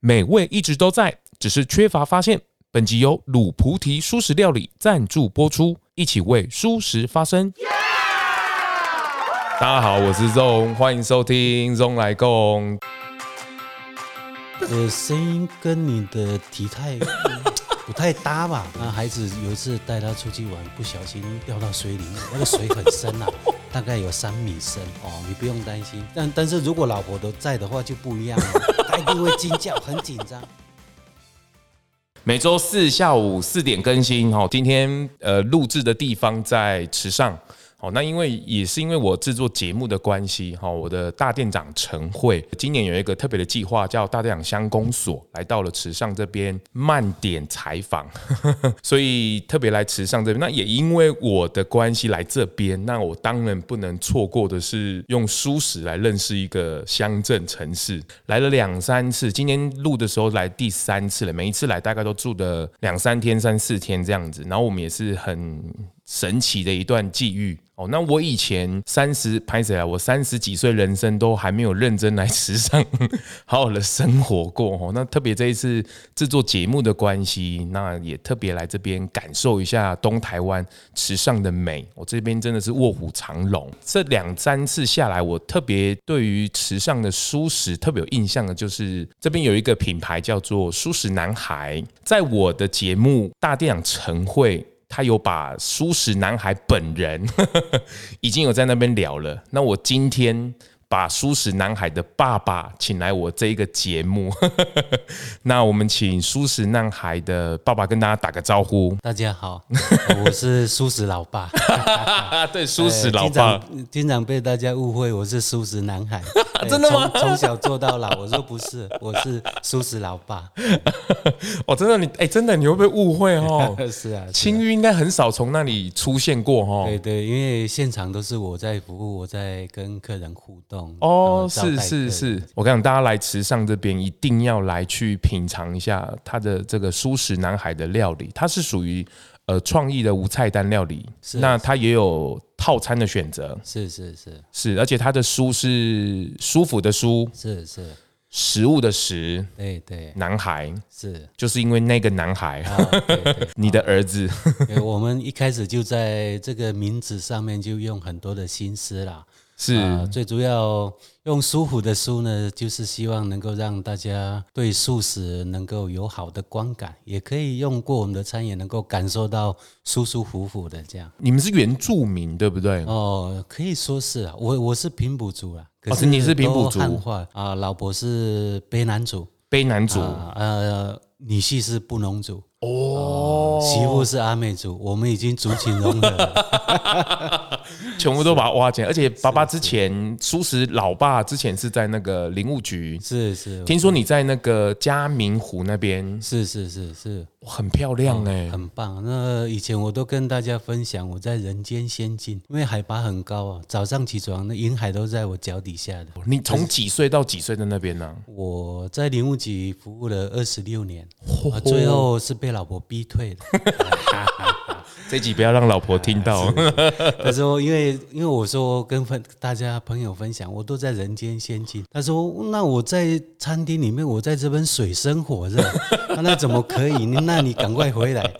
美味一直都在，只是缺乏发现。本集由鲁菩提素食料理赞助播出，一起为素食发声。大家好，我是 Zong，欢迎收听 Zong 来共。呃，声音跟你的体态 不太搭吧？那孩子有一次带他出去玩，不小心掉到水里面，那个水很深啊， 大概有三米深哦，你不用担心。但但是如果老婆都在的话就不一 样了，他一定会惊叫，很紧张。每周四下午四点更新哦。今天呃，录制的地方在池上。哦，那因为也是因为我制作节目的关系，哈、我的大店长陈慧今年有一个特别的计划，叫大店长乡公所，来到了池上这边慢点采访，所以特别来池上这边。那也因为我的关系来这边，那我当然不能错过的是用舒适来认识一个乡镇城市。来了两三次，今天录的时候来第三次了，每一次来大概都住的两三天、三四天这样子。然后我们也是很神奇的一段际遇哦。那我以前三十拍谁啊？我三十几岁人生都还没有认真来时尚 好好的生活过哦。那特别这一次制作节目的关系，那也特别来这边感受一下东台湾时尚的美。我、这边真的是卧虎藏龙。这两三次下来，我特别对于时尚的舒适特别有印象的，就是这边有一个品牌叫做舒适男孩，在我的节目《大电影晨会》。他有把舒适男孩本人 已经有在那边聊了。那我今天把舒适男孩的爸爸请来我这一个节目， 那我们请舒适男孩的爸爸跟大家打个招呼大家好， 我是舒适 老爸，啊！ 对，舒适呃老经爸，常经常被大家误会我是舒适男 孩，呃真的吗从从小做到老，我说不是，我是舒适老爸，哦，真的你，哎，真的你会不会误会哦？ 是啊，是啊青玉应该很少从那里出现过哦对。对，因为现场都是我在服务，我在跟客人互动。哦，然后招是待客是人，是，我跟你讲，大家来池上这边一定要来去品尝一下他的这个舒适男孩的料理，它是属于呃创意的无菜单料理，是那它也有套餐的选择，是是是是，而且它的舒是舒服的舒，是是，食物的食，对对男孩是。就是因为那个男孩，啊，对对 你的儿子，对，我们一开始就在这个名字上面就用很多的心思啦。是、啊最主要用舒服的舒呢，就是希望能够让大家对素食能够有好的观感，也可以用过我们的餐也能够感受到舒舒服服的这样。你们是原住民对不对？哦，可以说是啊，我我是平埔族啊，可哦你是平埔都族汉化啊，老婆是卑南族，卑南族、啊呃，女婿是布农族，啊哦，媳妇是阿美族，我们已经族群融合 了，全部都把它挖起来。而且爸爸之前，舒适老爸之前是在那个林务局，是是听说你在那个嘉明湖那边是是是是，哇很漂亮哎、很棒。那以前我都跟大家分享我在人间仙境，因为海拔很高啊，早上起床那云海都在我脚底下的。你从几岁到几岁在那边啊呢、我在林务局服务了二十六年、哦啊最后是被老婆逼退的。 这集不要让老婆听 到。 他说，因为因为我说跟分大家朋友分享，我都在人间仙境。他说，那我在餐厅里面，我在这边水深火热， 那那怎么可以？你那你赶快 哎回来。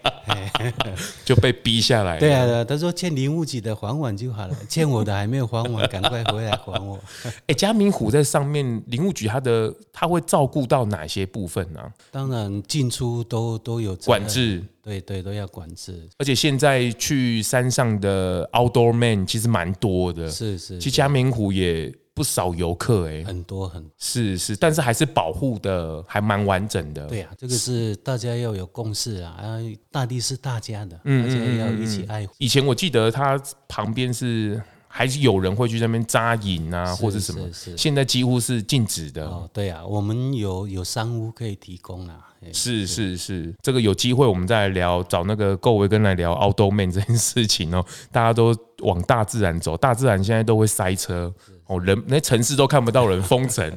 就被逼下来。对啊，对啊他说欠林务局的还完就好了， 欠我的还没有还完，赶快回来还我。 哎，嘉明湖在上面，林务局它的它会照顾到哪些部分呢、当然进出都都有责任管，制，对对都要管制，而且现在去山上的 outdoor man 其实蛮多的，是是去嘉明湖也不少游客哎、很多很是是，但是还是保护的还蛮完整的。对啊，这个是大家要有共识啊，啊，大地是大家的，嗯大家要一起爱护。以前我记得它旁边是还是有人会去那边扎营啊，或者什么，是是现在几乎是禁止的。哦，对啊，我们有有商屋可以提供啦。哎是是是，这个有机会我们再来聊，找那个够维跟来聊 outdoor man 这件事情哦。大家都往大自然走，大自然现在都会塞车哦，人那城市都看不到人，封城，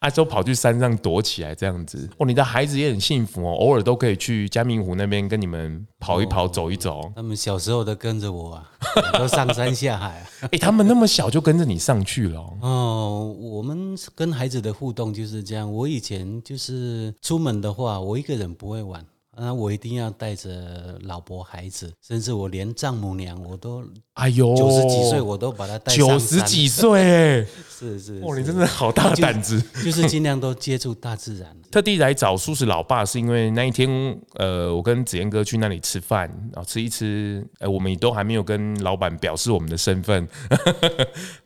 啊，都跑去山上躲起来这样子。哦，你的孩子也很幸福哦，哦偶尔都可以去嘉明湖那边跟你们跑一跑、走一走。他们小时候都跟着我啊， 都上山下海、啊。哎、他们那么小就跟着你上去了哦、哦，我们跟孩子的互动就是这样。我以前就是出门的话，我一个人不会玩，啊，我一定要带着老婆、孩子，甚至我连丈母娘我都哎呦，九十几岁，我都把她带上九山。十几 岁哎，是是，哇，是你真的好大胆子！就是尽量都接触大自 然。特地来找叔叔老爸，是因为那一天，呃，我跟子燕哥去那里吃饭，然后吃一吃，呃，我们也都还没有跟老板表示我们的身份，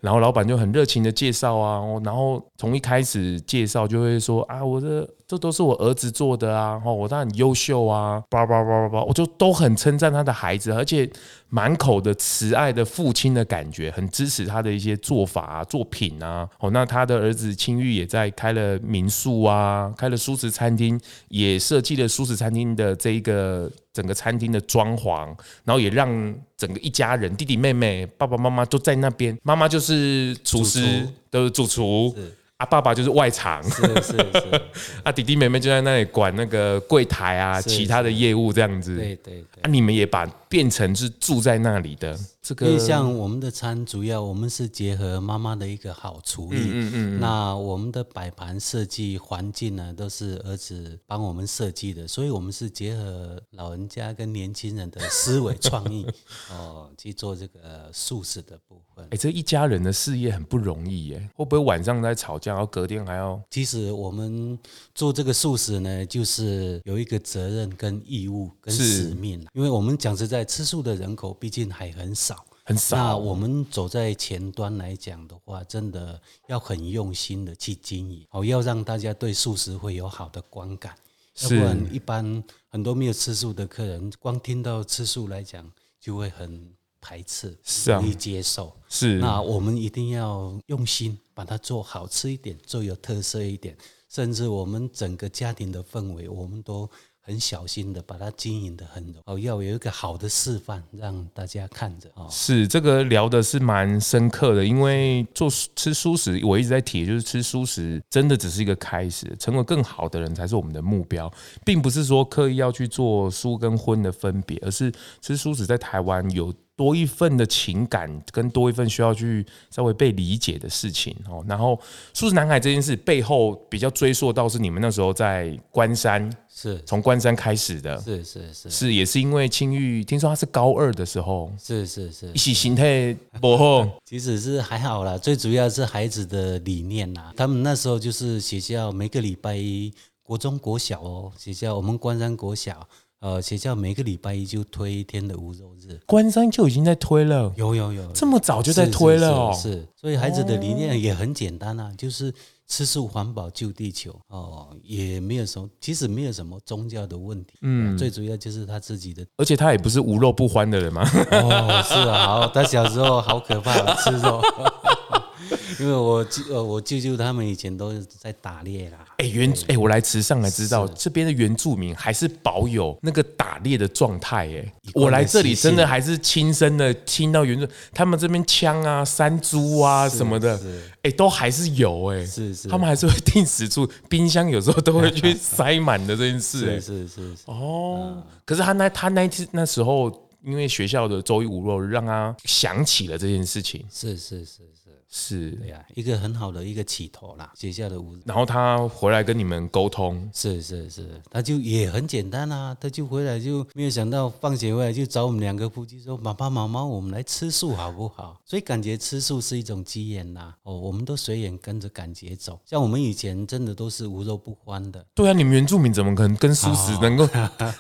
然后老板就很热情的介绍啊，哦然后从一开始介绍就会说啊，我的这都是我儿子做的啊，哦，我他很优秀啊，叭叭叭叭叭，我就都很称赞他的孩子，而且满口的慈爱的父亲的感觉，很支持他的一些做法啊、作品啊。哦，那他的儿子青玉也在开了民宿啊，开了素食餐厅，也设计了素食餐厅的这一个整个餐厅的装潢，然后也让整个一家人弟弟妹妹、爸爸妈妈都在那边。妈妈就是厨师主厨，都是主厨是。啊，爸爸就是外场，是是是，啊，弟弟妹妹就在那里管那个柜台啊，是其他的业务这样子。对对对。啊，你们也把变成是住在那里的这个因为像我们的餐，主要我们是结合妈妈的一个好厨艺，嗯嗯那我们的摆盘设计、环境呢，都是儿子帮我们设计的，所以我们是结合老人家跟年轻人的思维创 意，哦，去做这个素食的部分哎、。这一家人的事业很不容易耶，会不会晚上在吵架，然后隔天还要其实我们做这个素食呢，就是有一个责任跟义务跟是使命啦，因为我们讲实在，吃素的人口毕竟还很少。很那少？我们走在前端来讲的话，真的要很用心的去经营，哦，要让大家对素食会有好的观感，要不是然一般很多没有吃素的客人，光听到吃素来讲就会很排斥，是啊不易接受。是那我们一定要用心把它做好吃一点，做有特色一点，甚至我们整个家庭的氛围，我们都很小心的把它经营的很哦，要有一个好的示范让大家看着哦。是这个聊的是蛮深刻的，因为做吃素食，我一直在提，就是吃素食真的只是一个开始，成为更好的人才是我们的目标，并不是说刻意要去做素跟荤的分别，而是吃素食在台湾有多一份的情感，跟多一份需要去稍微被理解的事情哦。然后素食南海这件事背后比较追溯到是你们那时候在关山，是从关山开始的，是是是是也是因为青玉，听说他是高二的时候。是是是一，起形态不好，其实是还好啦，最主要是孩子的理念啦。他们那时候就是学校每个礼拜一，国中、国小哦，学校我们关山国小，呃，学校每个礼拜一就推一天的无肉日。关山就已经在推了，有有哦有，这么早就在推了哦。是是是是所以孩子的理念也很简单啊，就是吃素环保救地球哦，也没有什么，其实没有什么宗教的问题，嗯，最主要就是他自己的而且他也不是无肉不欢的人 嘛。哦，是啊，好，他小时候好可怕，吃肉。因为我舅呃我舅舅他们以前都是在打猎啦，哎、原 哎、我来池上才知道，这边的原住民还是保有那个打猎的状态。哎，贯的我来这里真习的性还是亲身的听到原住，他们这边枪啊、山猪啊什么的，哎、都还是有哎、是是他们还是会定时住冰箱，有时候都会 去塞满的这件事。哎是是是是，哦，可是他那他那一次那时候，因为学校的周一无肉日，让他想起了这件事情，是是是是，是。对呀、一个很好的一个起头啦，学校的舞然后他回来跟你们沟通，是是是，他就也很简单啊，他就回来就没有想到放学回来就找我们两个夫妻说：“爸爸妈妈，我们来吃素好不好？”所以感觉吃素是一种基因呐、哦，我们都随缘跟着感觉走。像我们以前真的都是无肉不欢的，对啊，你们原住民怎么可能跟素食能 够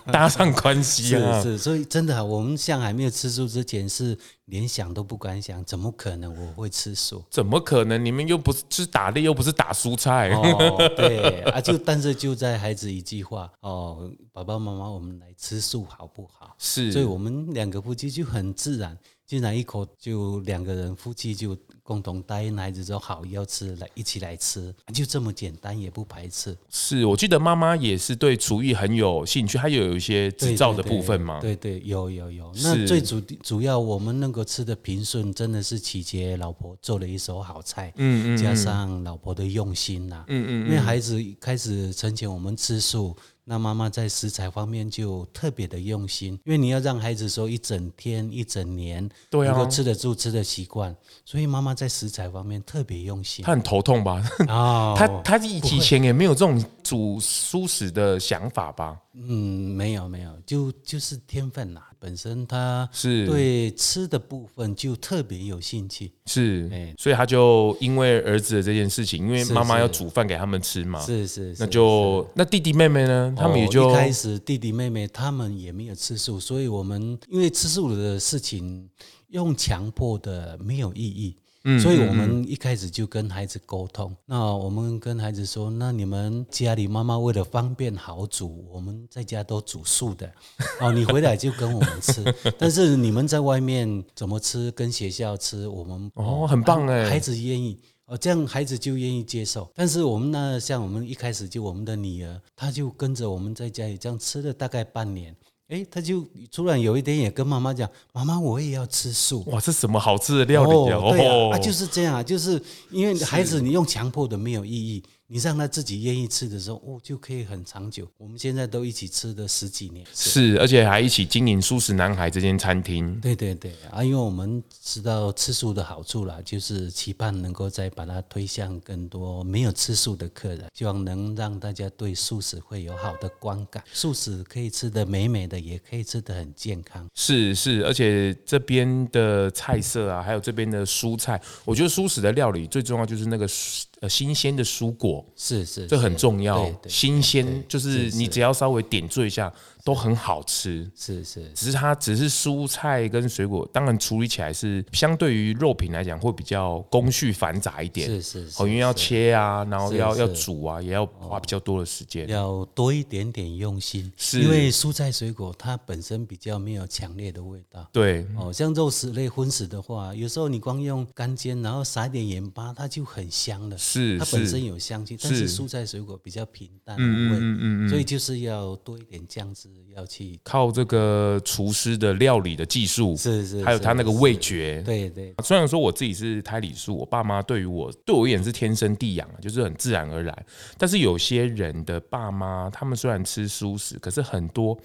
搭上关系啊？哦是是，所以真的啊，我们像还没有吃素之前是连想都不敢想，怎么可能我会 吃素？怎么可能？你们又不是吃打猎，又不是打蔬菜，哦，对啊，就但是就在孩子一句话哦，爸爸妈妈，我们来吃素好不好？所以是我们两个夫妻就很自然，竟然一口就两个人夫妻就共同答应孩子说好要吃来一起来吃，就这么简单也不排斥。是。我记得妈妈也是对厨艺很有兴趣，她也有一些执对照对的对部分嘛。对对，有有有。是那最主主要我们能够吃的平顺，真的是琪姐老婆做了一手好菜，嗯嗯嗯，加上老婆的用心呐、嗯嗯，因为孩子一开始从前我们吃素，那妈妈在食材方面就特别的用心，因为你要让孩子说一整天、一整年，对啊能够吃得住、吃得习惯，所以妈妈在食材方面特别用心他。很头痛吧？哦，他他以以前也没有这种煮素食的想法吧？嗯，没有没有，就就是天分啦，本身他是对吃的部分就特别有兴趣。是哎，所以他就因为儿子的这件事情，因为是妈妈是要煮饭给他们吃嘛，是是是，啊那就那弟弟妹妹呢？他们也哦就一开始弟弟妹妹他们也没有吃素，所以我们因为吃素的事情用强迫的没有意义。嗯所以我们一开始就跟孩子沟通。那我们跟孩子说，那你们家里妈妈为了方便好煮，我们在家都煮素的，哦，你回来就跟我们吃。 但是你们在外面怎么吃，跟学校吃，我们哦，很棒哎、啊孩子愿意哦，这样孩子就愿意接受。但是我们呢，像我们一开始就我们的女儿，她就跟着我们在家里这样吃了大概半年，诶，她就突然有一天也跟妈妈讲：“妈妈，我也要吃素。”哇，这什么好吃的料理啊？对啊哦，啊，就是这样啊，就是因为孩子你用强迫的没有意义，你让他自己愿意吃的时候，哦，就可以很长久。我们现在都一起吃的十几年，是，而且还一起经营素食男孩这间餐厅。对对对啊，因为我们知道吃素的好处啦，就是期盼能够再把它推向更多没有吃素的客人，希望能让大家对素食会有好的观感。素食可以吃的美美的，也可以吃的很健康。是是，而且这边的菜色啊，还有这边的蔬菜，我觉得素食的料理最重要就是那个蔬呃新鲜的蔬果，是是，这是很重要对。对，新鲜就是你只要稍微点缀一下，都很好吃。是是只是它只是蔬菜跟水果，当然处理起来是相对于肉品来讲会比较工序繁杂一点。是是是哦，因为要切啊，然后是哦要要是煮啊，也要花比较多的时间。要多一点点用心，是因为蔬菜水果它本身比较没有强烈的味道。对，哦，像肉食类荤食的话，有时候你光用干煎，然后撒一点盐巴，它就很香了。是它是本身有香气，但是是蔬菜水果比较平淡无味，嗯所以就是要多一点酱汁，要去靠这个厨师的料理的技术，是是还有他那个是味觉。对对虽然说我自己是胎里素，我爸妈对于我对我而言是天生地养啊，就是很自然而然。但是有些人的爸妈，他们虽然吃素食，可是很多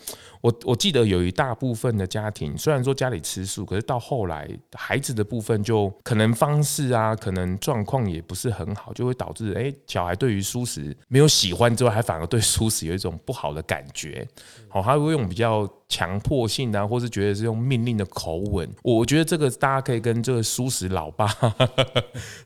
我我记得有一大部分的家庭，虽然说家里吃素，可是到后来孩子的部分就可能方式啊，可能状况也不是很好，就会导致哎、诶小孩对于素食没有喜欢之后，还反而对素食有一种不好的感觉。好、哦他会用比较强迫性的、啊，或是觉得是用命令的口吻。我我觉得这个大家可以跟这个素食老爸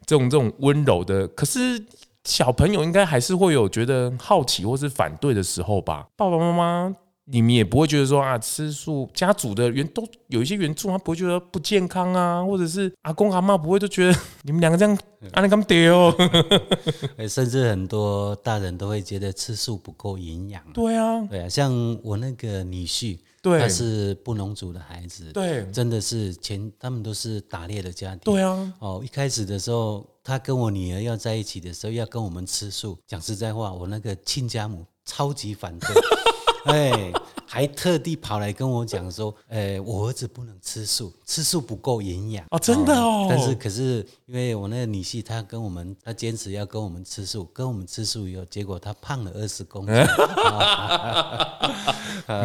这种这种温柔的，可是。小朋友应该还是会有觉得好奇或是反对的时候吧。爸爸妈妈，你们也不会觉得说啊，吃素家族的原都有一些原住，他不会觉得不健康啊，或者是阿公阿妈不会就觉得 你们两个这样嗯啊，那么丢。 呃甚至很多大人都会觉得吃素不够营养。对啊，对啊，像我那个女婿，对他是布农族的孩子，对真的是前他们都是打猎的家庭，对啊，哦，一开始的时候，他跟我女儿要在一起的时候，要跟我们吃素。讲实在话，我那个亲家母 超级反对，哎，还特地跑来跟我讲说，哎，我儿子不能吃素，吃素不够营养。哦真的哦但是可是因为我那个女婿，他跟我们，他坚持要跟我们吃素，跟我们吃素以后，结果他胖了二十公斤。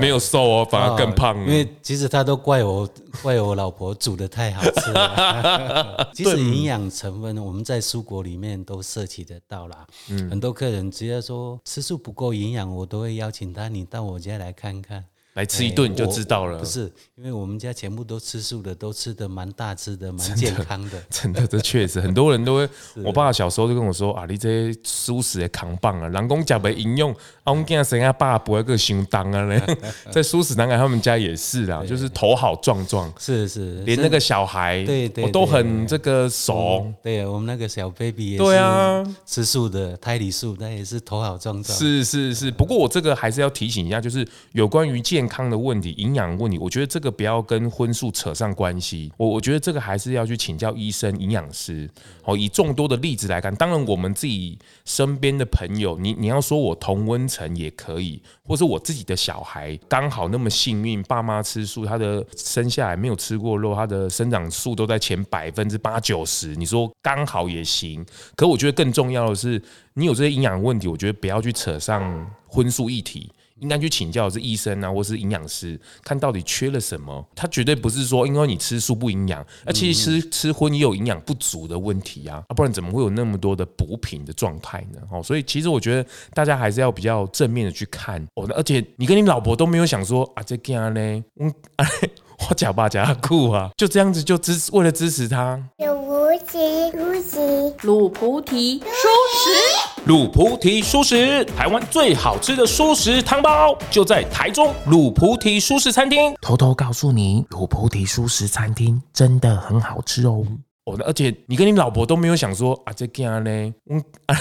没有瘦哦，反而更胖啊因了。为其实他都怪我，怪我老婆煮的太好 吃了。其实营养成分我们在蔬果里面都摄取得到啦。嗯很多客人只要说吃素不够营养，我都会邀请他，你到我家来看看。哎来吃一顿你就我知道了不。是，因为我们家全部都吃素的，都吃的蛮大吃的，蛮健康的。 真的，这确实很多人都会。我爸小时候就跟我说：“啊，你这些素食的扛棒啊，人工假没营用，啊，我们囝生啊爸不会个相当啊 嘞。”在素食男孩他们家也是啦，就是头好壮壮，是是，连那个小孩，对对我都对很这个熟。对我们那个小 baby 也对啊是吃素的，胎里素，那也是头好壮壮。是是是，不过我这个还是要提醒一下，就是有关于健康的问题、营养问题，我觉得这个不要跟荤素扯上关系。我我觉得这个还是要去请教医生、营养师。好，以众多的例子来看，当然我们自己身边的朋友，你你要说我同温层也可以，或是我自己的小孩刚好那么幸运，爸妈吃素，他的生下来没有吃过肉，他的生长速都在前百分之八九十，你说刚好也行。可我觉得更重要的是，你有这些营养问题，我觉得不要去扯上荤素一体。应该去请教的是医生啊，或是营养师，看到底缺了什么。他绝对不是说因为你吃素不营养，那其实吃吃荤也有营养不足的问题啊，啊不然怎么会有那么多的补品的状态呢？哦，所以其实我觉得大家还是要比较正面的去看哦。那而且你跟你老婆都没有想说啊，这样呢，嗯，啊、 我假吧假酷啊，就这样子就支持为了支持他，有无极，无极，鲁菩提舒食。鲁菩提素食，台湾最好吃的素食汤包，就在台中鲁菩提素食餐厅。偷偷告诉你，鲁菩提素食餐厅真的很好吃哦。哦，那而且你跟你老婆都没有想说啊，这样呢， 嗯，啊、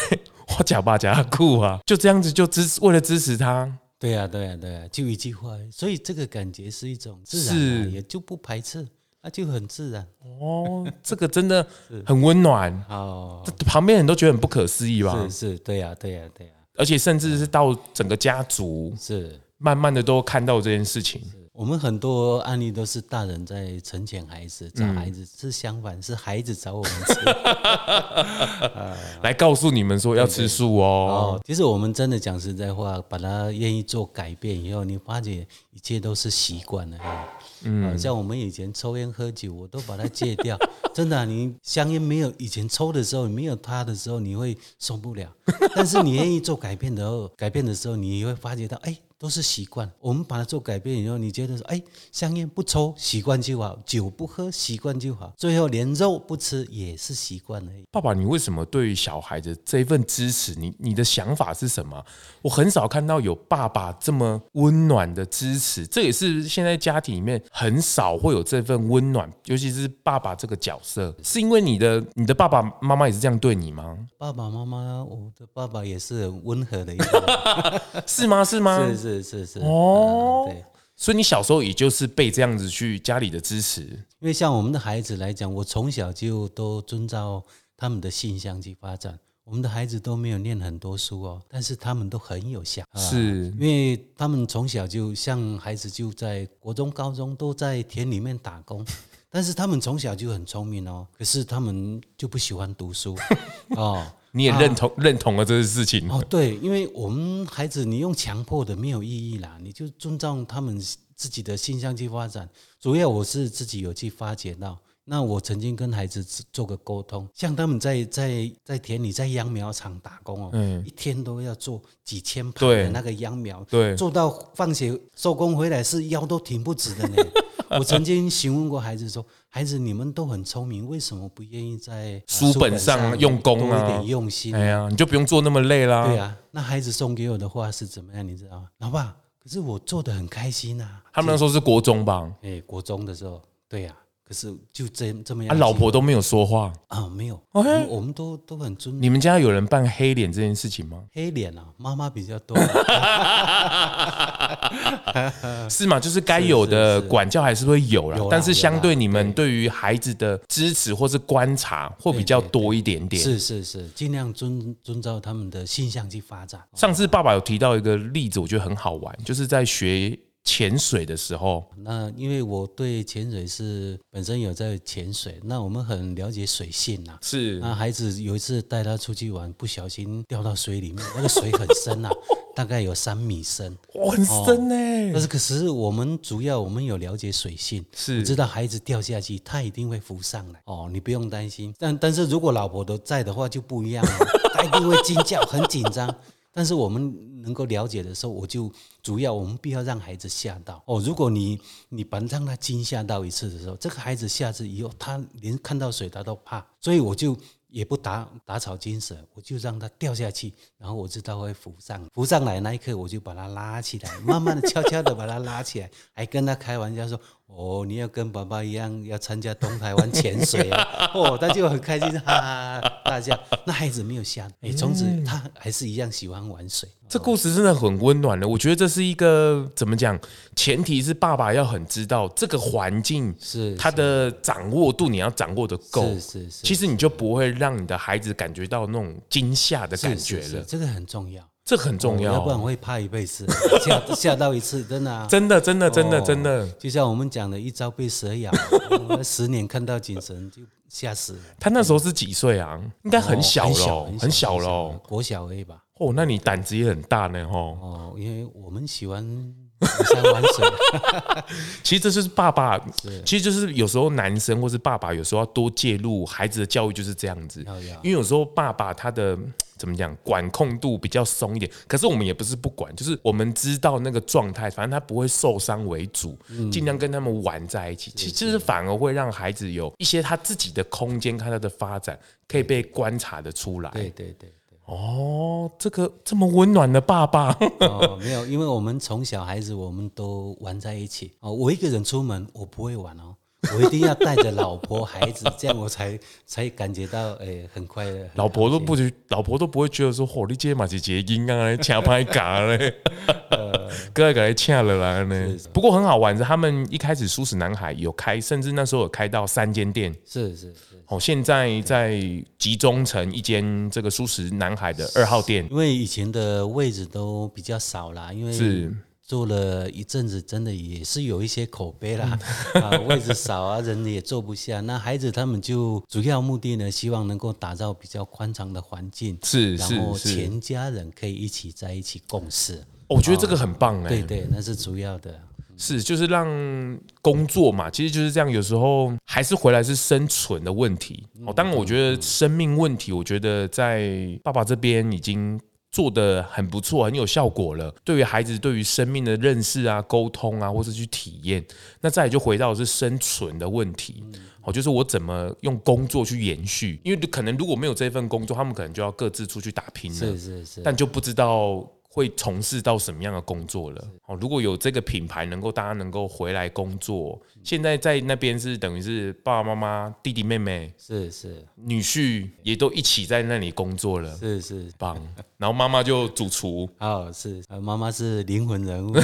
我假吧假酷啊，就这样子就支持为了支持他，对呀、对呀、啊对呀、就一句话，所以这个感觉是一种自然、啊，是也就不排斥，啊，就很自然哦，这个真的很温暖。哦。这旁边人都觉得很不可思议吧是？是，对呀、对呀、啊对呀、而且甚至是到整个家族，是慢慢的都看到这件事情。我们很多案例都是大人在成全孩子，找孩子、是相反，是孩子找我们吃。来告诉你们说要吃素哦哦，其实我们真的讲实在话，把他愿意做改变以后，你发觉一切都是习惯了。嗯，像我们以前抽烟喝酒，我都把它戒掉。 真的啊、你香烟没有以前抽的时候，没有它的时候，你会受不了。 但是你愿意做改变的后，改变的时候，你会发觉到，哎，都是习惯。我们把它做改变以后，你觉得说，哎，香烟不抽，习惯就好；酒不喝，习惯就好；最后连肉不吃也是习惯而已。爸爸，你为什么对于小孩的这一份支持，你你的想法是什么？啊我很少看到有爸爸这么温暖的支持，这也是现在家庭里面很少会有这份温暖，尤其是爸爸这个角色，是因为你的你的爸爸妈妈也是这样对你吗？ 爸爸妈妈，我的爸爸也是很温和的一个人，是吗？是吗？是是是是，嗯哦嗯对，所以你小时候也就是被这样子去家里的支持，因为像我们的孩子来讲，我从小就都遵照他们的性向去发展。我们的孩子都没有念很多书哦，但是他们都很有想法，是因为他们从小就像孩子就在国中、高中都在田里面打工， 但是他们从小就很聪明哦，可是他们就不喜欢 读书哦。你也认同、认同了这件事情，哦，对，因为我们孩子你用强迫的没有意义啦，你就尊重他们自己的性向去发展。主要我是自己有去发觉到，那我曾经跟孩子做个沟通，像他们在在在田里在秧苗场打工哦，嗯一天都要做几千盘对的那个秧苗，对做到放学收工回来是腰都挺不直 的呢。我曾经询问过孩子说：“孩子，你们都很聪明，为什么不愿意在呃书本上用功多一啊点，用心啊哎呀，你就不用做那么累啦，对啊，那孩子送给我的话是怎么样，你知道吗？老爸，可是我做的很开心啊。他们那时候是国中吧？哎、国中的时候，对呀、可是就这这么啊，样去。老婆都没有说话。啊，没有，我们我们都都很尊你们家有人扮黑脸这件事情吗？黑脸啊，妈妈比较多。 呃是吗？就是该有的管教还是会有啦有，啦但是相对你们对于孩子的支持或是观察会比较多一点点。是是是，尽量遵遵照他们的性向去发展。上次爸爸有提到一个例子，我觉得很好玩，就是在学潜水的时候，那因为我对潜水是本身有在潜水，那我们很了解水性啊。是那孩子有一次带他出去玩，不小心掉到水里面，那个水很深 啊，大概有三米深。哇，很深欸呢、但是可是我们主要我们有了解水性，是我知道孩子掉下去，他一定会浮上来哦，你不用担心。但但是如果老婆都在的话就不一样了，他一定会惊叫，很紧张。但是我们能够了解的时候，我就主要我们不要让孩子吓到哦。如果你你把让他惊吓到一次的时候，这个孩子下次以后他连看到水他都怕，所以我就也不打打草惊蛇，我就让他掉下去，然后我知道会浮上，浮上来那一刻我就把他拉起来，慢慢的、悄悄的把他拉起来，还跟他开玩笑说：“哦，你要跟爸爸一样要参加东台湾潜水 啊！”哦，他就很开心，哈哈哈大笑。那孩子没有吓，哎，从此嗯他还是一样喜欢玩水。这故事真的很温暖欸了。我觉得这是一个怎么讲？前提是爸爸要很知道这个环境是他的掌握度，你要掌握的够。是是是其实你就不会让你的孩子感觉到那种惊吓的感觉是是了是，这个很重要，哦这很重要不然要。会怕一辈子，吓吓到一次，真的啊。真的，真的， 真的，哦真的。就像我们讲的，一朝被蛇咬，我十年看到井绳就吓死了。他那时候是几岁啊？应该很小哦喽，很小喽。国小而已吧。哦，那你胆子也很大呢，哦。哦，因为我们喜欢游山玩水，其实这就是爸爸，其实就是有时候男生或是爸爸有时候要多介入孩子的教育，就是这样子。要要因为有时候爸爸他的怎么讲，管控度比较松一点，可是我们也不是不管，就是我们知道那个状态，反正他不会受伤为主，尽量跟他们玩在一起。其实嗯就是反而会让孩子有一些他自己的空间，看他的发展可以被观察的出来。对对对对。哦，这个这么温暖的爸爸，哦，没有，因为我们从小孩子我们都玩在一起。哦，我一个人出门我不会玩哦。 我一定要带着老婆、孩子，这样我才才感觉到诶、很快乐。很老婆高都不觉，老婆都不会觉得说，吼、你这嘛是结音啊，请拍嘎嘞， 哥哥来请了啦呢。不过很好玩是，他们一开始舒适男孩有开，甚至那时候有开到三间店。兴是是是，哦，现在在集中成一间这个舒适男孩的二号店因，为以前的位置都比较少啦，因为是做了一阵子，真的也是有一些口碑啦，嗯 啊，位置少啊，人也坐不下。那孩子他们就主要目的呢，希望能够打造比较宽敞的环境，是然后是是。全家人可以一起在一起共事。哦我觉得这个很棒哎、对对，那是主要的。是，就是让工作嘛，其实就是这样。有时候还是回来是生存的问题。哦，当然，我觉得生命问题，我觉得在爸爸这边已经做的很不错，很有效果了。对于孩子对于生命的认识啊、沟通啊，或是去体验，那再来就回到是生存的问题。哦，就是我怎么用工作去延续，因为可能如果没有这份工作，他们可能就要各自出去打拼了。是是是，但就不知道会从事到什么样的工作了。哦，如果有这个品牌能够大家能够回来工作，现在在那边是等于是爸爸妈妈、弟弟妹妹、是是女婿也都一起在那里工作了，是是，棒。然后妈妈就主厨，哦是，呃妈妈是灵魂人物，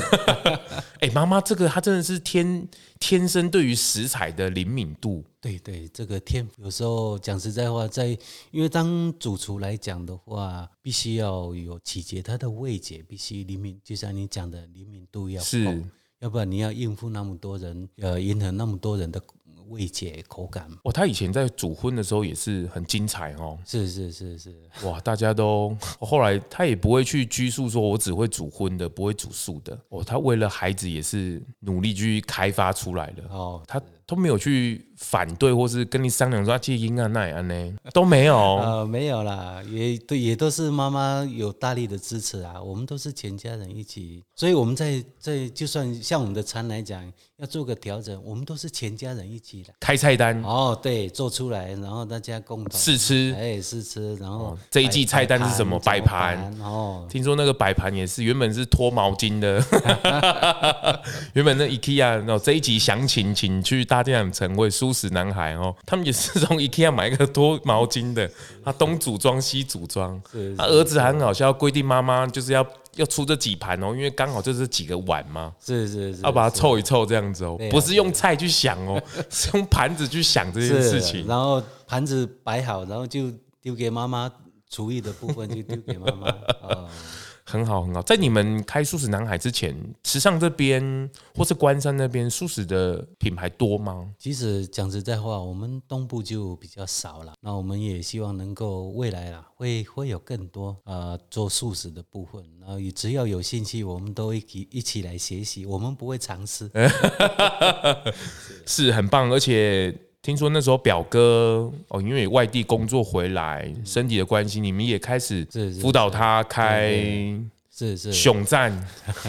哎、妈妈这个她真的是天天生对于食材的灵敏度，对对，这个天有时候讲实在话，在因为当主厨来讲的话，必须要有取决他的味觉，必须灵敏，就像你讲的灵敏度要够是，要不然你要应付那么多人，呃，迎合那么多人的味觉口感。哦，她以前在煮荤的时候也是很精彩哦。是是是是，哇，大家都 后来他也不会去拘束，说我只会煮荤的，不会煮素的。哦，他为了孩子也是努力去开发出来的。哦，他都没有去反对，或是跟你商量说啊，这应啊那样呢，都没有。呃，没有啦，也对，也都是妈妈有大力的支持啊。我们都是全家人一起，所以我们在在就算像我们的餐来讲，要做个调整，我们都是全家人一起的。开菜单哦，对，做出来，然后大家共嗯同试吃，哎试吃，然后这一季菜单是什么摆摆盘哦，听说那个摆盘也是原本是脱毛巾的， 原本那 IKEA 哦，这一集详情请去大电影城为舒适男孩哦，他们也是从 IKEA 买一个脱毛巾的，他东组装西组装，他儿子还很好笑，规定妈妈就是要要出这几盘哦，因为刚好就是这几个碗嘛，是是是，要把它是凑一凑这样子哦对，啊不是用菜去想哦， 是用盘子去想这件是事情。然后盘子摆好，然后就丢给妈妈厨艺的部分就丢给妈妈哦。很好，很好。在你们开素食男孩之前，池上这边或是关山那边，素食的品牌多吗？其实讲实在话，我们东部就比较少了。那我们也希望能够未来啦，会会有更多呃做素食的部分。然后也只要有兴趣，我们都一起一起来学习。我们不会尝试，是很棒，而且听说那时候表哥哦，因为外地工作回来，身体的关系，你们也开始是是辅导他开是是，熊赞、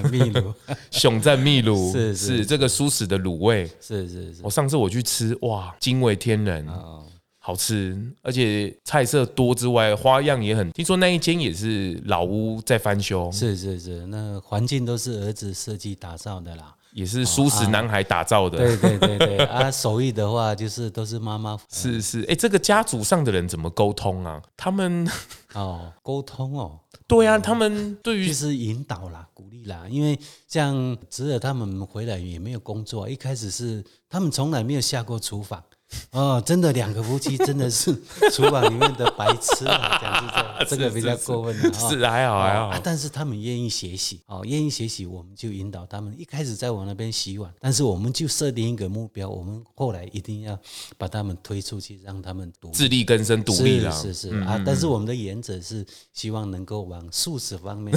秘鲁， 熊赞秘鲁，是是这个素食的卤味。是是是我、，上次我去吃，哇，惊为天人。哦，好吃，而且菜色多之外，花样也很。听说那一间也是老屋在翻修，是是是，那环境都是儿子设计打造的啦。也是舒适男孩打造的。哦哎对对对对， 啊，手艺的话就是都是妈妈是是，哎、这个家族上的人怎么沟通啊？他们， 哦沟通哦，对啊，他们对就于是引导啦、鼓励啦。因为像侄儿他们回来也没有工作，一开始是他们从来没有下过厨房，哦，真的两个夫妻真的是厨房里面的白痴啊，讲是这样，这个比较过分了哈。是哎还好还哦啊好，但是他们愿意学习哦，愿意学习，我们就引导他们。一开始在我那边洗碗，但是我们就设定一个目标，我们后来一定要把他们推出去，让他们独立自力更生，独立了，嗯是是是啊，但是我们的原则是希望能够往素食方面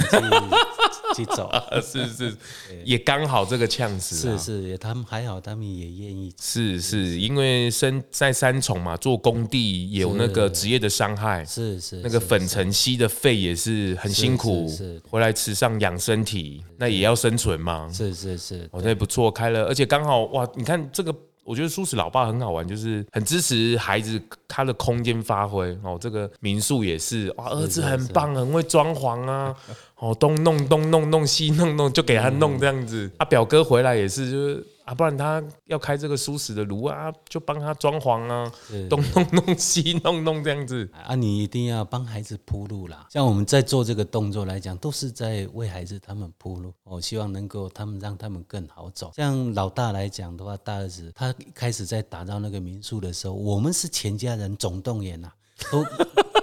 去去走。呃，是是， 也刚好这个呛死、啊，是是，也他们还好，他们也愿意。是是，因为身在三重嘛，做工地有那个职业的伤害，是是，那个是粉尘吸的肺也是很辛苦是是是，回来吃上养身体，那也要生存嘛。是是是，哦，那也不错，开了，而且刚好哇，你看这个。我觉得舒适老爸很好玩，就是很支持孩子他的空间发挥哦。这个民宿也是，哇，儿子很棒，很会装潢啊，哦，东弄东弄弄西弄弄，就给他弄这样子。啊，表哥回来也是，就是啊，不然他要开这个舒适的炉啊，就帮他装潢啊，东弄弄西弄弄这样子。啊，你一定要帮孩子铺路啦。像我们在做这个动作来讲，都是在为孩子他们铺路。我、希望能够他们让他们更好走。像老大来讲的话，大儿子他一开始在打造那个民宿的时候，我们是全家人总动员呐、都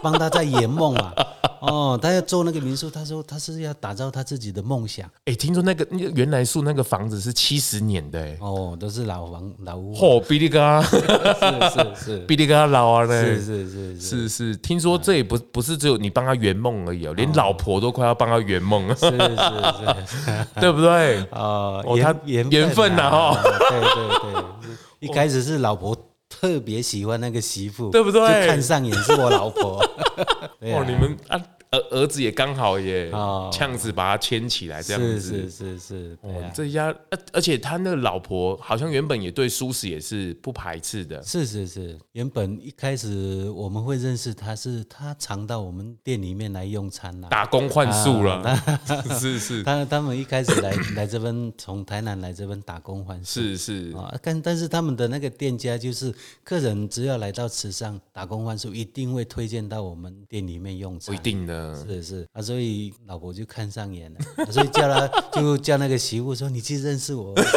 帮他在圆梦啊。哦，他要做那个民宿，他说他是要打造他自己的梦想。哎、听说那个那个原来树那个房子是七十年的、欸，哦，都是老房老屋，嚯、比利哥，是是 比利哥老啊呢，是是是是是。嗯是是，听说这也不不是只有你帮他圆梦而已哦，连老婆都快要帮他圆梦 了，是是是，对不对？啊，哦缘他缘缘分呐啊哦 对对对， 一开始是老婆特别喜欢那个媳妇，对不对就看上眼是我老婆。对啊哦，你们啊，儿儿子也刚好也哦这样子把他牵起 来，这样是子。是是是，对哦啊，这一家，而而且他那个老婆好像原本也对舒适也是不排斥的，是是是，原本一开始我们会认识他是他常到我们店里面来用餐啦。打工换宿啊了， 是是他他们一开始来 来这边，从台南来这边打工换宿是是，啊，但但是他们的那个店家就是客人只要来到池上打工换宿，一定会推荐到我们店里面用不餐。一定的，是是啊，所以老婆就看上眼了，啊所以叫他 就叫那个媳妇说你去认识我儿 子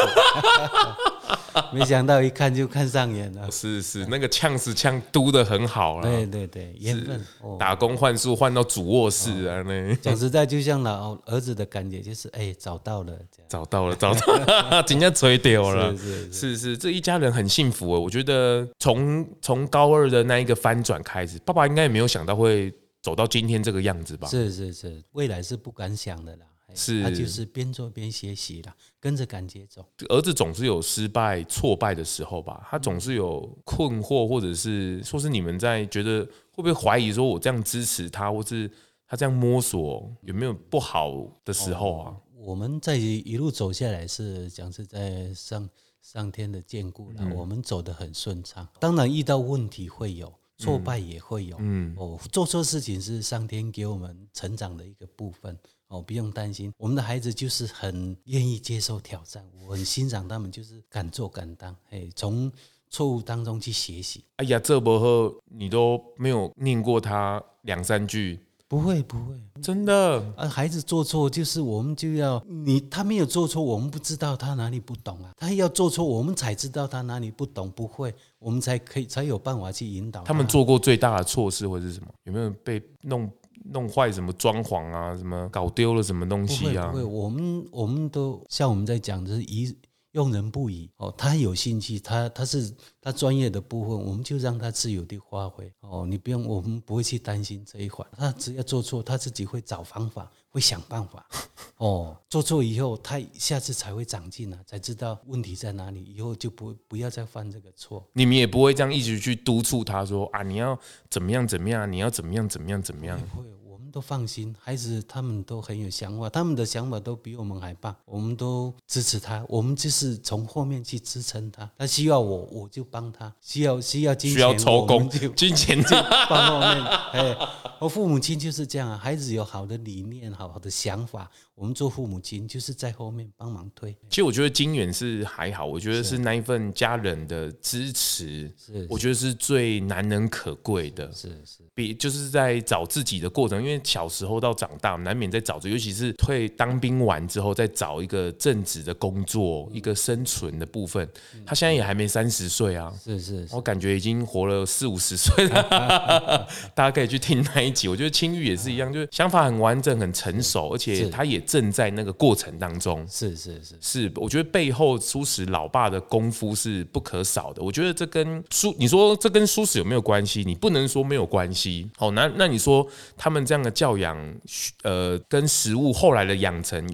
没想到一看就看上眼 了，是是，那个呛是呛嘟的很好对了，对对，缘分哦。打工换宿换到主卧室啊那。讲实在，就像老儿子的感觉，就是哎、找到了这样。找到了，找到了， 人家吹丢了，是是是是这一家人很幸福哦。我觉得从从高二的那一个翻转开始，爸爸应该也没有想到会走到今天这个样子吧？是是是，未来是不敢想的啦。哎啊是他就是边做边学习啦，跟着感觉走。儿子总是有失败、挫败的时候吧，他总是有困惑，或者是说是你们在觉得会不会怀疑说我这样支持他，或是他这样摸索有没有不好的时候啊？我们在一路走下来是讲是在上上天的眷顾啦，我们走得很顺畅。当然遇到问题会有，挫败也会有。嗯，哦，做错事情是上天给我们成长的一个部分。哦，不用担心，我们的孩子就是很愿意接受挑战，我很欣赏他们，就是敢做敢当，哎，从错误当中去学习。哎呀，这不喝你都没有念过他两三句，不会，不会，真的。啊，孩子做错就是我们就要你他没有做错，我们不知道他哪里不懂啊。他要做错，我们才知道他哪里不懂不会，我们才可以才有办法去引导他们。做过最大的错事会是什么？有没有被弄弄坏什么装潢啊？什么搞丢了什么东不会西啊不？会，我们我们都像我们在讲，就是疑用人不疑哦。他有兴趣，他他是他专业的部分，我们就让他自由的发挥哦。你不用，我们不会去担心这一环。他只要做错，他自己会找方法，会想办法。 哦，做错以后，他下次才会长进啊，才知道问题在哪里，以后就不不要再犯这个错。你们也不会这样一直去督促他说啊，你要怎么样怎么样，你要怎么样怎么样怎么样。不会，我们都放心，孩子他们都很有想法，他们的想法都比我们还棒，我们都支持他，我们就是从后面去支撑他。他需要我，我就帮他；需要需要金钱，需要抽我工们就 金钱放后面。哎，我父母亲就是这样啊，孩子有好的理念、好好的想法，我们做父母亲就是在后面帮忙推。其实我觉得金源是还好，我觉得是那一份家人的支持，是我觉得是最难能可贵的。是是，比就是在找自己的过程，因为小时候到长大，难免在找着，尤其是退当兵完之后，再找一个正职的工作，一个生存的部分。他现在也还没三十岁啊，是是是我感觉已经活了四五十岁了，大家可以去听那一集。我觉得青玉也是一样，就是想法很完整、很成熟，而且是他也正在那个过程当中。是是是，是，我觉得背后舒适老爸的功夫是不可少的。我觉得这跟舒，你说这跟舒适有没有关系？你不能说没有关系。哦，那那你说他们这样的教养，呃，跟食物后来的养成，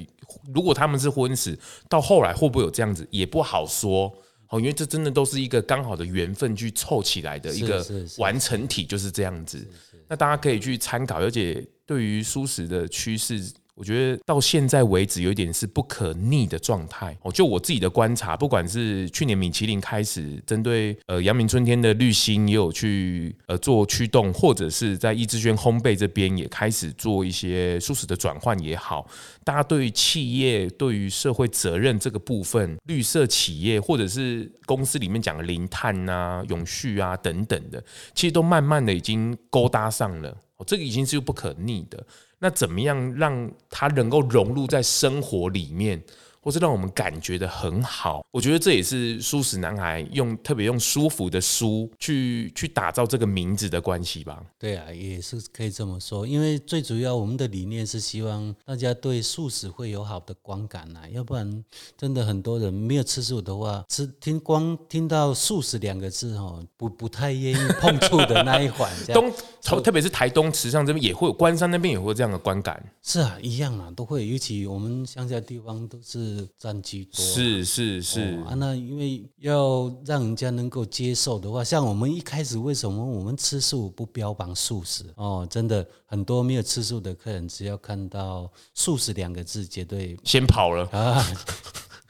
如果他们是荤食，到后来会不会有这样子，也不好说。哦，因为这真的都是一个刚好的缘分去凑起来的一是个是是完成体，就是这样子。那大家可以去参考，而且对于舒适的趋势，我觉得到现在为止有一点是不可逆的状态。哦，就我自己的观察，不管是去年米其林开始针对呃阳明春天的滤芯也有去呃做驱动，或者是在易之轩烘焙这边也开始做一些舒适的转换也好，大家对于企业、对于社会责任这个部分，绿色企业或者是公司里面讲的零碳啊、永续啊等等的，其实都慢慢的已经勾搭上了。哦，这个已经是不可逆的。那怎么样让它能够融入在生活里面，或是让我们感觉的很好？我觉得这也是舒适男孩用特别用舒服的舒去去打造这个名字的关系吧。对啊，也是可以这么说，因为最主要我们的理念是希望大家对素食会有好的观感呐、要不然真的很多人没有吃素的话，吃听光听到素食两个字哦，不不太愿意碰触的那一环，这样 东头特别是台东池上这边也会有，关山那边也会有这样的观感。是啊，一样啊，都会，尤其我们乡下地方都是占居多啊，是是是哦，啊，那因为要让人家能够接受的话，像我们一开始为什么我们吃素不标榜素食？哦，真的很多没有吃素的客人，只要看到素食两个字，绝对 先跑了，啊，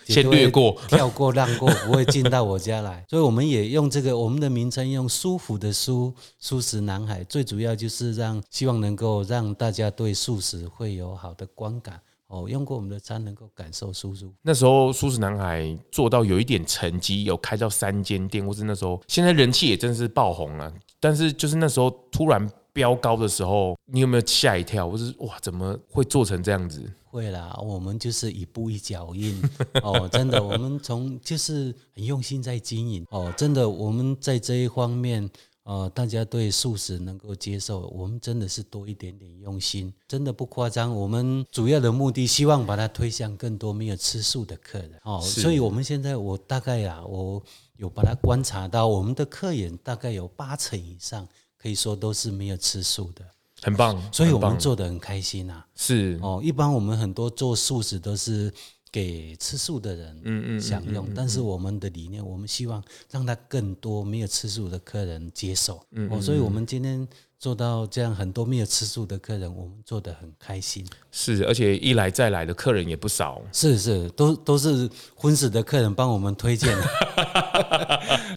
先略过跳过、让过，不会进到我家来。 所以我们也用这个，我们的名称用舒服的舒，素食男孩，最主要就是让希望能够让大家对素食会有好的观感。哦，用过我们的餐能够感受舒舒那时候舒适男孩做到有一点成绩，有开到三间店，或是那时候现在人气也真是爆红了、但是就是那时候突然飙高的时候，你有没有吓一跳？或是哇，怎么会做成这样子？会啦，我们就是一步一脚印 哦，真的，我们从就是很用心在经营哦，真的，我们在这一方面，呃，大家对素食能够接受，我们真的是多一点点用心，真的不夸张。我们主要的目的，希望把它推向更多没有吃素的客人哦，是所以我们现在我大概啊，我有把它观察到，我们的客人大概有八成以上，可以说都是没有吃素的，很棒，所以我很们棒做的很开心啊。是哦，一般我们很多做素食都是给吃素的人享用，但是我们的理念，我们希望让他更多没有吃素的客人接受。哦，所以我们今天做到这样，很多没有吃素的客人，我们做的很开心。是，而且一来再来的客人也不少。是是，都都是荤食的客人帮我们推荐 的。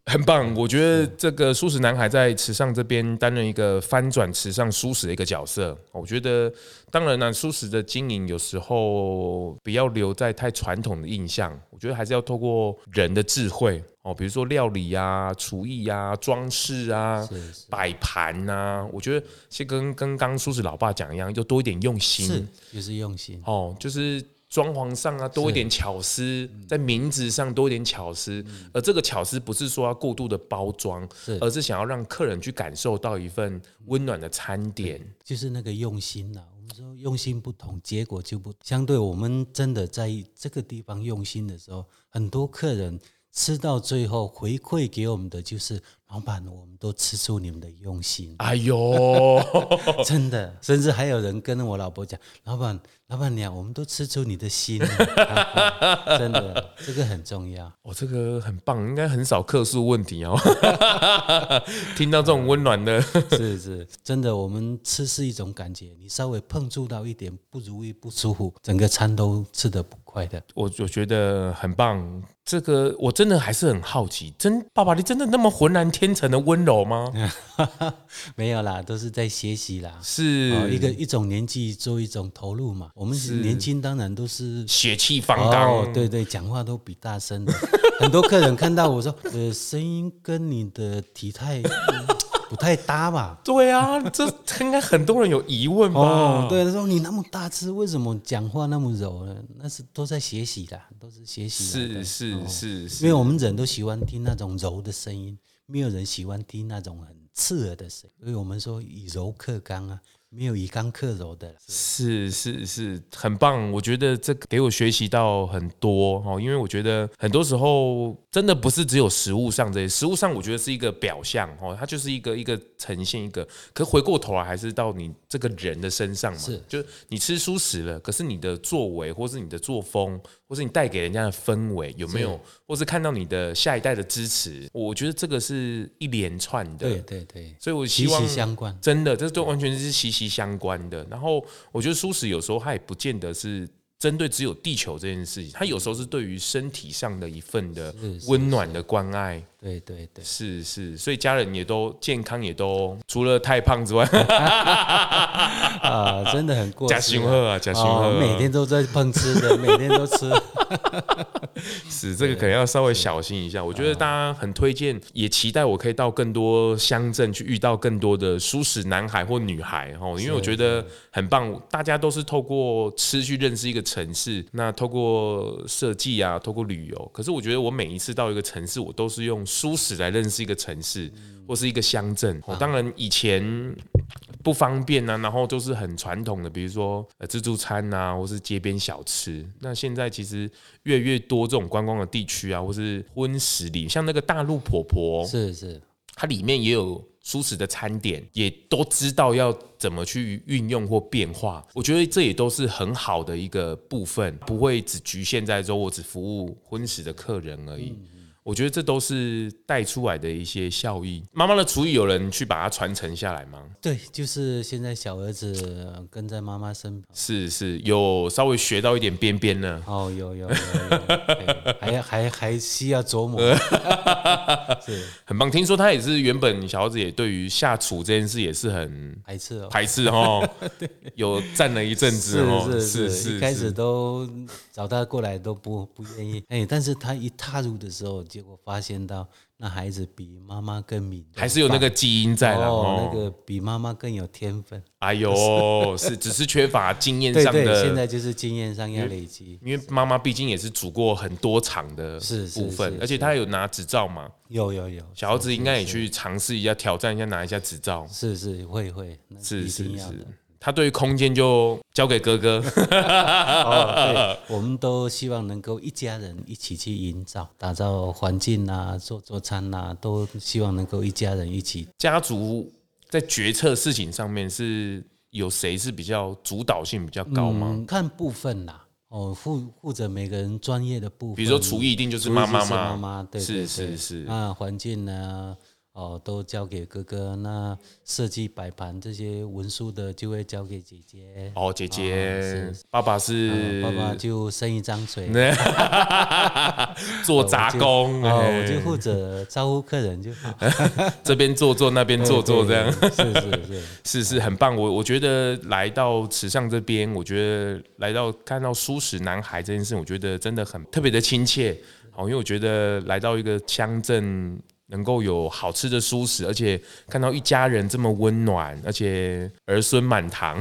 很棒，我觉得这个舒适男孩在池上这边担任一个翻转池上舒适的一个角色。我觉得，当然呢，舒适的经营有时候不要留在太传统的印象，我觉得还是要透过人的智慧哦，比如说料理啊、厨艺啊、装饰啊、摆盘啊，我觉得是跟跟刚刚舒适老爸讲一样，就多一点用心。是，就是用心。哦，就是装潢上啊多一点巧思，嗯在名字上多一点巧思，而这个巧思不是说要过度的包装，是嗯而是想要让客人去感受到一份温暖的餐点。就是那个用心呐、我们说用心不同，结果就不相对。我们真的在这个地方用心的时候，很多客人吃到最后回馈给我们的就是，老板，我们都吃出你们的用心，哎呦， 真的。甚至还有人跟我老婆讲，老板，老板娘，我们都吃出你的心了、 啊真的，这个很重要。我、哦这个很棒，应该很少客诉问题哦。 听到这种温暖的，是是，真的，我们吃是一种感觉，你稍微碰触到一点不如意、不舒服，整个餐都吃得不快的。我我觉得很棒。这个我真的还是很好奇，真爸爸，你真的那么浑然天成的温柔吗？嗯 没有啦，都是在学习啦。是、哦，一个一种年纪做一种投入嘛。我们年轻当然都是血气方刚、哦，对对，讲话都比 大声的。很多客人看到我说，呃，声音跟你的体态、嗯不太搭吧？对啊，这应该很多人有疑问吧？哦，对，他说你那么大只，为什么讲话那么柔呢？那是都在学习啦，都是学习来的。是是是因为是，我们人都喜欢听那种柔的声音，没有人喜欢听那种很刺耳的声音。所以我们说以柔克刚啊，没有以刚克柔的啦。是啊是是，很棒！我觉得这个给我学习到很多哦，因为我觉得很多时候真的不是只有食物上这些，食物上我觉得是一个表象哦，它就是一个一个呈现一个，可回过头来还是到你这个人的身上嘛，是就是你吃素食了，可是你的作为或是你的作风，或是你带给人家的氛围有没有，或是看到你的下一代的支持，我觉得这个是一连串的，对对对，所以我息希望息相关。真的，这都完全是息息相关的。然后我觉得素食有时候它也不见得是针对只有地球这件事情，它有时候是对于身体上的一份的是是温暖的关爱。对对 对，是是，所以家人也都健康，也都除了太胖之外，哦啊，真的很过 假时雄啊。鹤啊，假雄鹤哦，啊，每天都在碰吃 的，每天都吃。是这个可能要稍微小心一下。我觉得大家很推荐，也期待我可以到更多乡镇去遇到更多的舒适男孩或女孩哦，因为我觉得很棒，大家都是透过吃去认识一个城市，那透过设计啊，透过旅游。可是我觉得我每一次到一个城市，我都是用舒适来认识一个城市或是一个乡镇。哦，当然以前不方便啊，然后就是很传统的，比如说呃自助餐啊，或是街边小吃。那现在其实越来越多这种观光的地区啊，或是荤食里，像那个大陆婆婆，是是，它里面也有素食的餐点，也都知道要怎么去运用或变化。我觉得这也都是很好的一个部分，不会只局限在说我只服务荤食的客人而已。我觉得这都是带出来的一些效益。妈妈的厨艺有人去把它传承下来吗？对，就是现在小儿子呃跟在妈妈身旁。是是，有稍微学到一点边边呢。哦，有 有有有，对还还还需要琢磨。是很棒。听说他也是原本小孩子也对于下厨这件事也是很排斥哦。排斥 哦，有站了一阵子哦，是是是，一开始都找他过来都不不愿意，哎，但是他一踏入的时候，结果发现到那孩子比妈妈更敏感，还是有那个基因在了哦哦，。那个比妈妈更有天分。哎呦，是只是缺乏经验对上对，现的在。就是经验上要累积。因为妈妈毕竟也是煮过很多场的是是部分是，而且她有拿执照嘛，有有有，小孩子应该也去尝试一下、挑战一下，拿一下执照。是是会会，那是一是定要是的。，他对于空间就交给哥 哥。哦，对，我们都希望能够一家人一起去营造、打造环境啊，做做餐啊，都希望能够一家人一起。家族在决策事情上面是有谁是比较主导性比较高吗？嗯，看部分啦，哦，负负责每个人专业的部分，比如说厨艺一定就是厨艺妈就妈是嘛，妈妈，对对啊是是对是那环境呢？哦，都交给哥哥。那设计摆盘这些文书的就会交给姐姐。哦，姐啊姐是，爸爸是嗯爸爸就伸一张嘴， 做杂工，哦，哎我就负责招呼客人就好，这边做做那边 做做这样，对，对是是是，是是很棒。我我觉得来到池上这边，我觉得来到看到舒适男孩这件事，我觉得真的很特别的亲切。好，因为我觉得来到一个乡镇，能够有好吃的舒适，而且看到一家人这么温暖，而且儿孙满堂，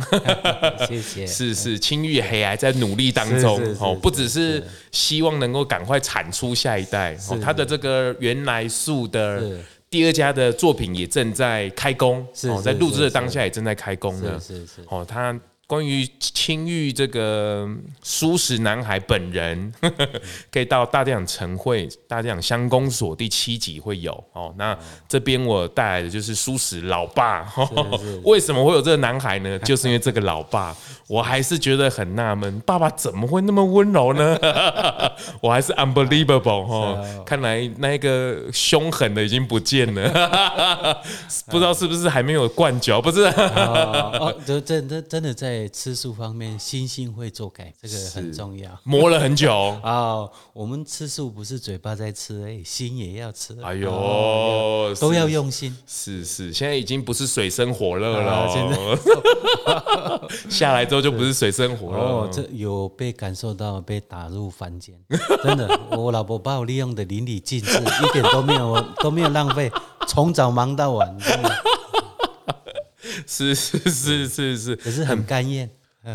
谢 谢，嗯是是，青玉黑还在努力当中是是是哦，是不只是希望能够赶快产出下一代哦，他的这个原来树的是第二家的作品也正在开工是哦，是在录制的是当下也正在开工呢是是是哦，他。关于青玉这个舒适男孩本人， 可以到大电影晨会、大电影乡公所第七集会有哦。那这边我带来的就是舒适老爸，是是 为什么会有这个男孩呢？就是因为这个老爸，我还是觉得很纳闷，爸爸怎么会那么温柔呢？ 我还是 unbelievable 啊哦，看来那个凶狠的已经不见了， 不知道是不是还没有灌酒，不是？ 哦哦，这真真真的在吃素方面，心性会做改，这个很重要。磨了很久。哦，我们吃素不是嘴巴在吃而已，心也要吃。哎呦哦是都要用心。是是，现在已经不是水深火热了、啊现哦， 下来之后就不是水深火热了。哦，这有被感受到被打入凡间，真的，我老婆把我 利用的淋漓尽致，一点都没有都没有浪费，从早忙到晚，真的是是是是 是，可是很甘愿，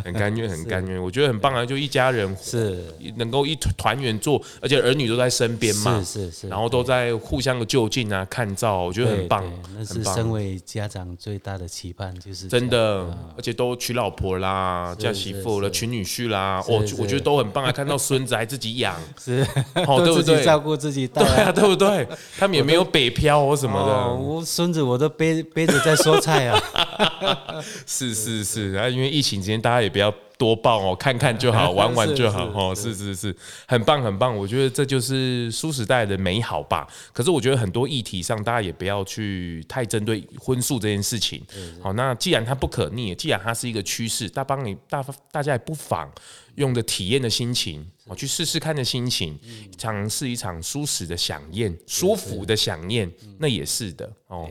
很甘愿，很甘愿，我觉得很棒啊！就一家人是能够一团团圆做，而且儿女都在身边嘛，是是是然后都在互相的就近啊、看照，我觉得很棒对对，那很是棒身为家长最大的期盼，就是真这样。的，而且都娶老婆啦，啊是嫁媳妇了，是是娶女婿啦，我是我觉得都很棒啊！看到孙子还自己养，是， 哦对都不自己对照顾自己带对来啊，对不对？他们也没有北漂或什么哦，的，我孙子我都背背着在说菜啊，是是是，啊，因为疫情期间大家也不要多报哦，看看就 好，玩玩就好哦，是是是，很棒很棒，我觉得这就是舒时代的美好吧。可是我觉得很多议题上，大家也不要去太针对婚数这件事情。好，那既然它不可逆，既然它是一个趋势，大帮你大大家也不妨用着体验的心情。哦，去试试看的心情，尝试一场舒适的飨宴，舒服的飨宴，那也是的哦。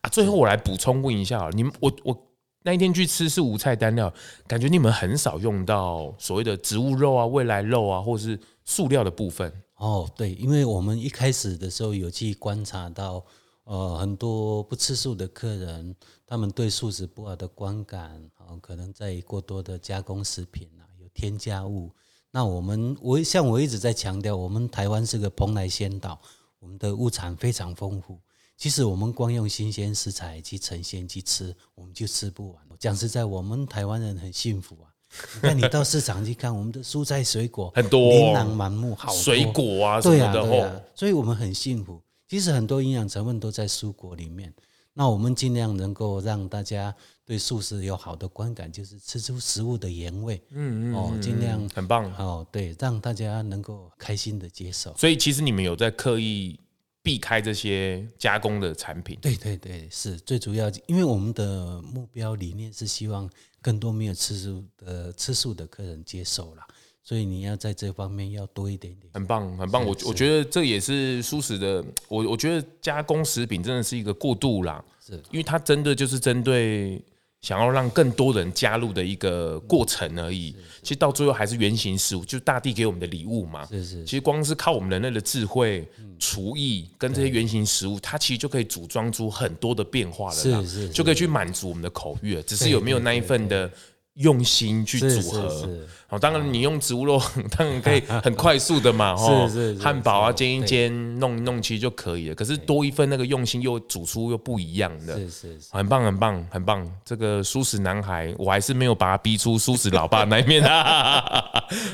啊，最后我来补充问一下啊，你们我我那一天去吃是无菜单料，感觉你们很少用到所谓的植物肉啊、未来肉啊，或是塑料的部分。哦，对，因为我们一开始的时候有去观察到，呃，很多不吃素的客人，他们对素食不好的观感，哦，可能在于过多的加工食品啊，有添加物。那我们我像我一直在强调，我们台湾是个蓬莱仙岛，我们的物产非常丰富。其实我们光用新鲜食材去呈现去吃，我们就吃不完。讲实在，我们台湾人很幸福啊！你看，你到市场去看，我们的蔬菜水果很多哦琳琅满目，好多水果啊什么对呀的对呀哦所以我们很幸福。其实很多营养成分都在蔬果里面，那我们尽量能够让大家对素食有好的观感，就是吃出食物的原味。嗯嗯，哦，尽量很棒哦，对，让大家能够开心的接受。所以其实你们有在刻意避开这些加工的产品。对对对，是最主要，因为我们的目标理念是希望更多没有吃素的吃素的客人接受啦，所以你要在这方面要多一点点。很棒，很棒。我是我觉得这也是舒适的。我我觉得加工食品真的是一个过渡啦，是因为它针对就是针对想要让更多人加入的一个过程而已。其实到最后还是原型食物，就是大地给我们的礼物嘛。是是嗯其实光是靠我们人类的智慧、厨艺跟这些原型食物，它其实就可以组装出很多的变化了啦，是是是就可以去满足我们的口欲了。只是有没有那一份的用心去是组合？是是哦，当然你用植物肉，当然可以很快速的嘛，哦， 是是是汉堡啊是煎一煎，弄一弄其实就可以了。可是多一份那个用心，又煮出又不一样的，是是是，很棒很棒很棒。这个舒适男孩，我还是没有把他逼出舒适老爸那一面 啊！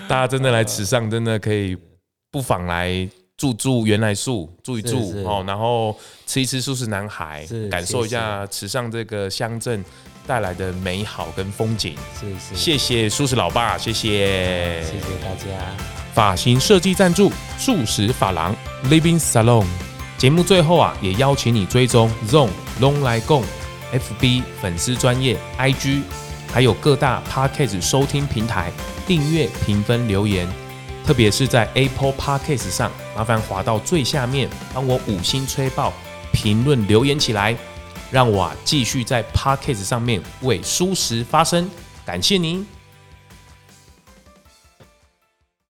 大家真的来池上，真的可以不妨来。住住原来树，住一住是是哦，然后吃一吃舒适男孩是，感受一谢谢下池上这个乡镇带来的美好跟风景。是是，谢谢舒适老爸，谢谢谢谢大家。发型设计赞助素食发廊 Living Salon。节目最后啊，也邀请你追踪 Zone Long 来共 FB 粉丝专业 IG，还有各大 Podcast 收听平台订阅、评分、留言。特别是在 Apple Podcast 上，麻烦滑到最下面，帮我五星吹爆，评论留言起来，让我啊继续在 Podcast 上面为舒适发声。感谢您。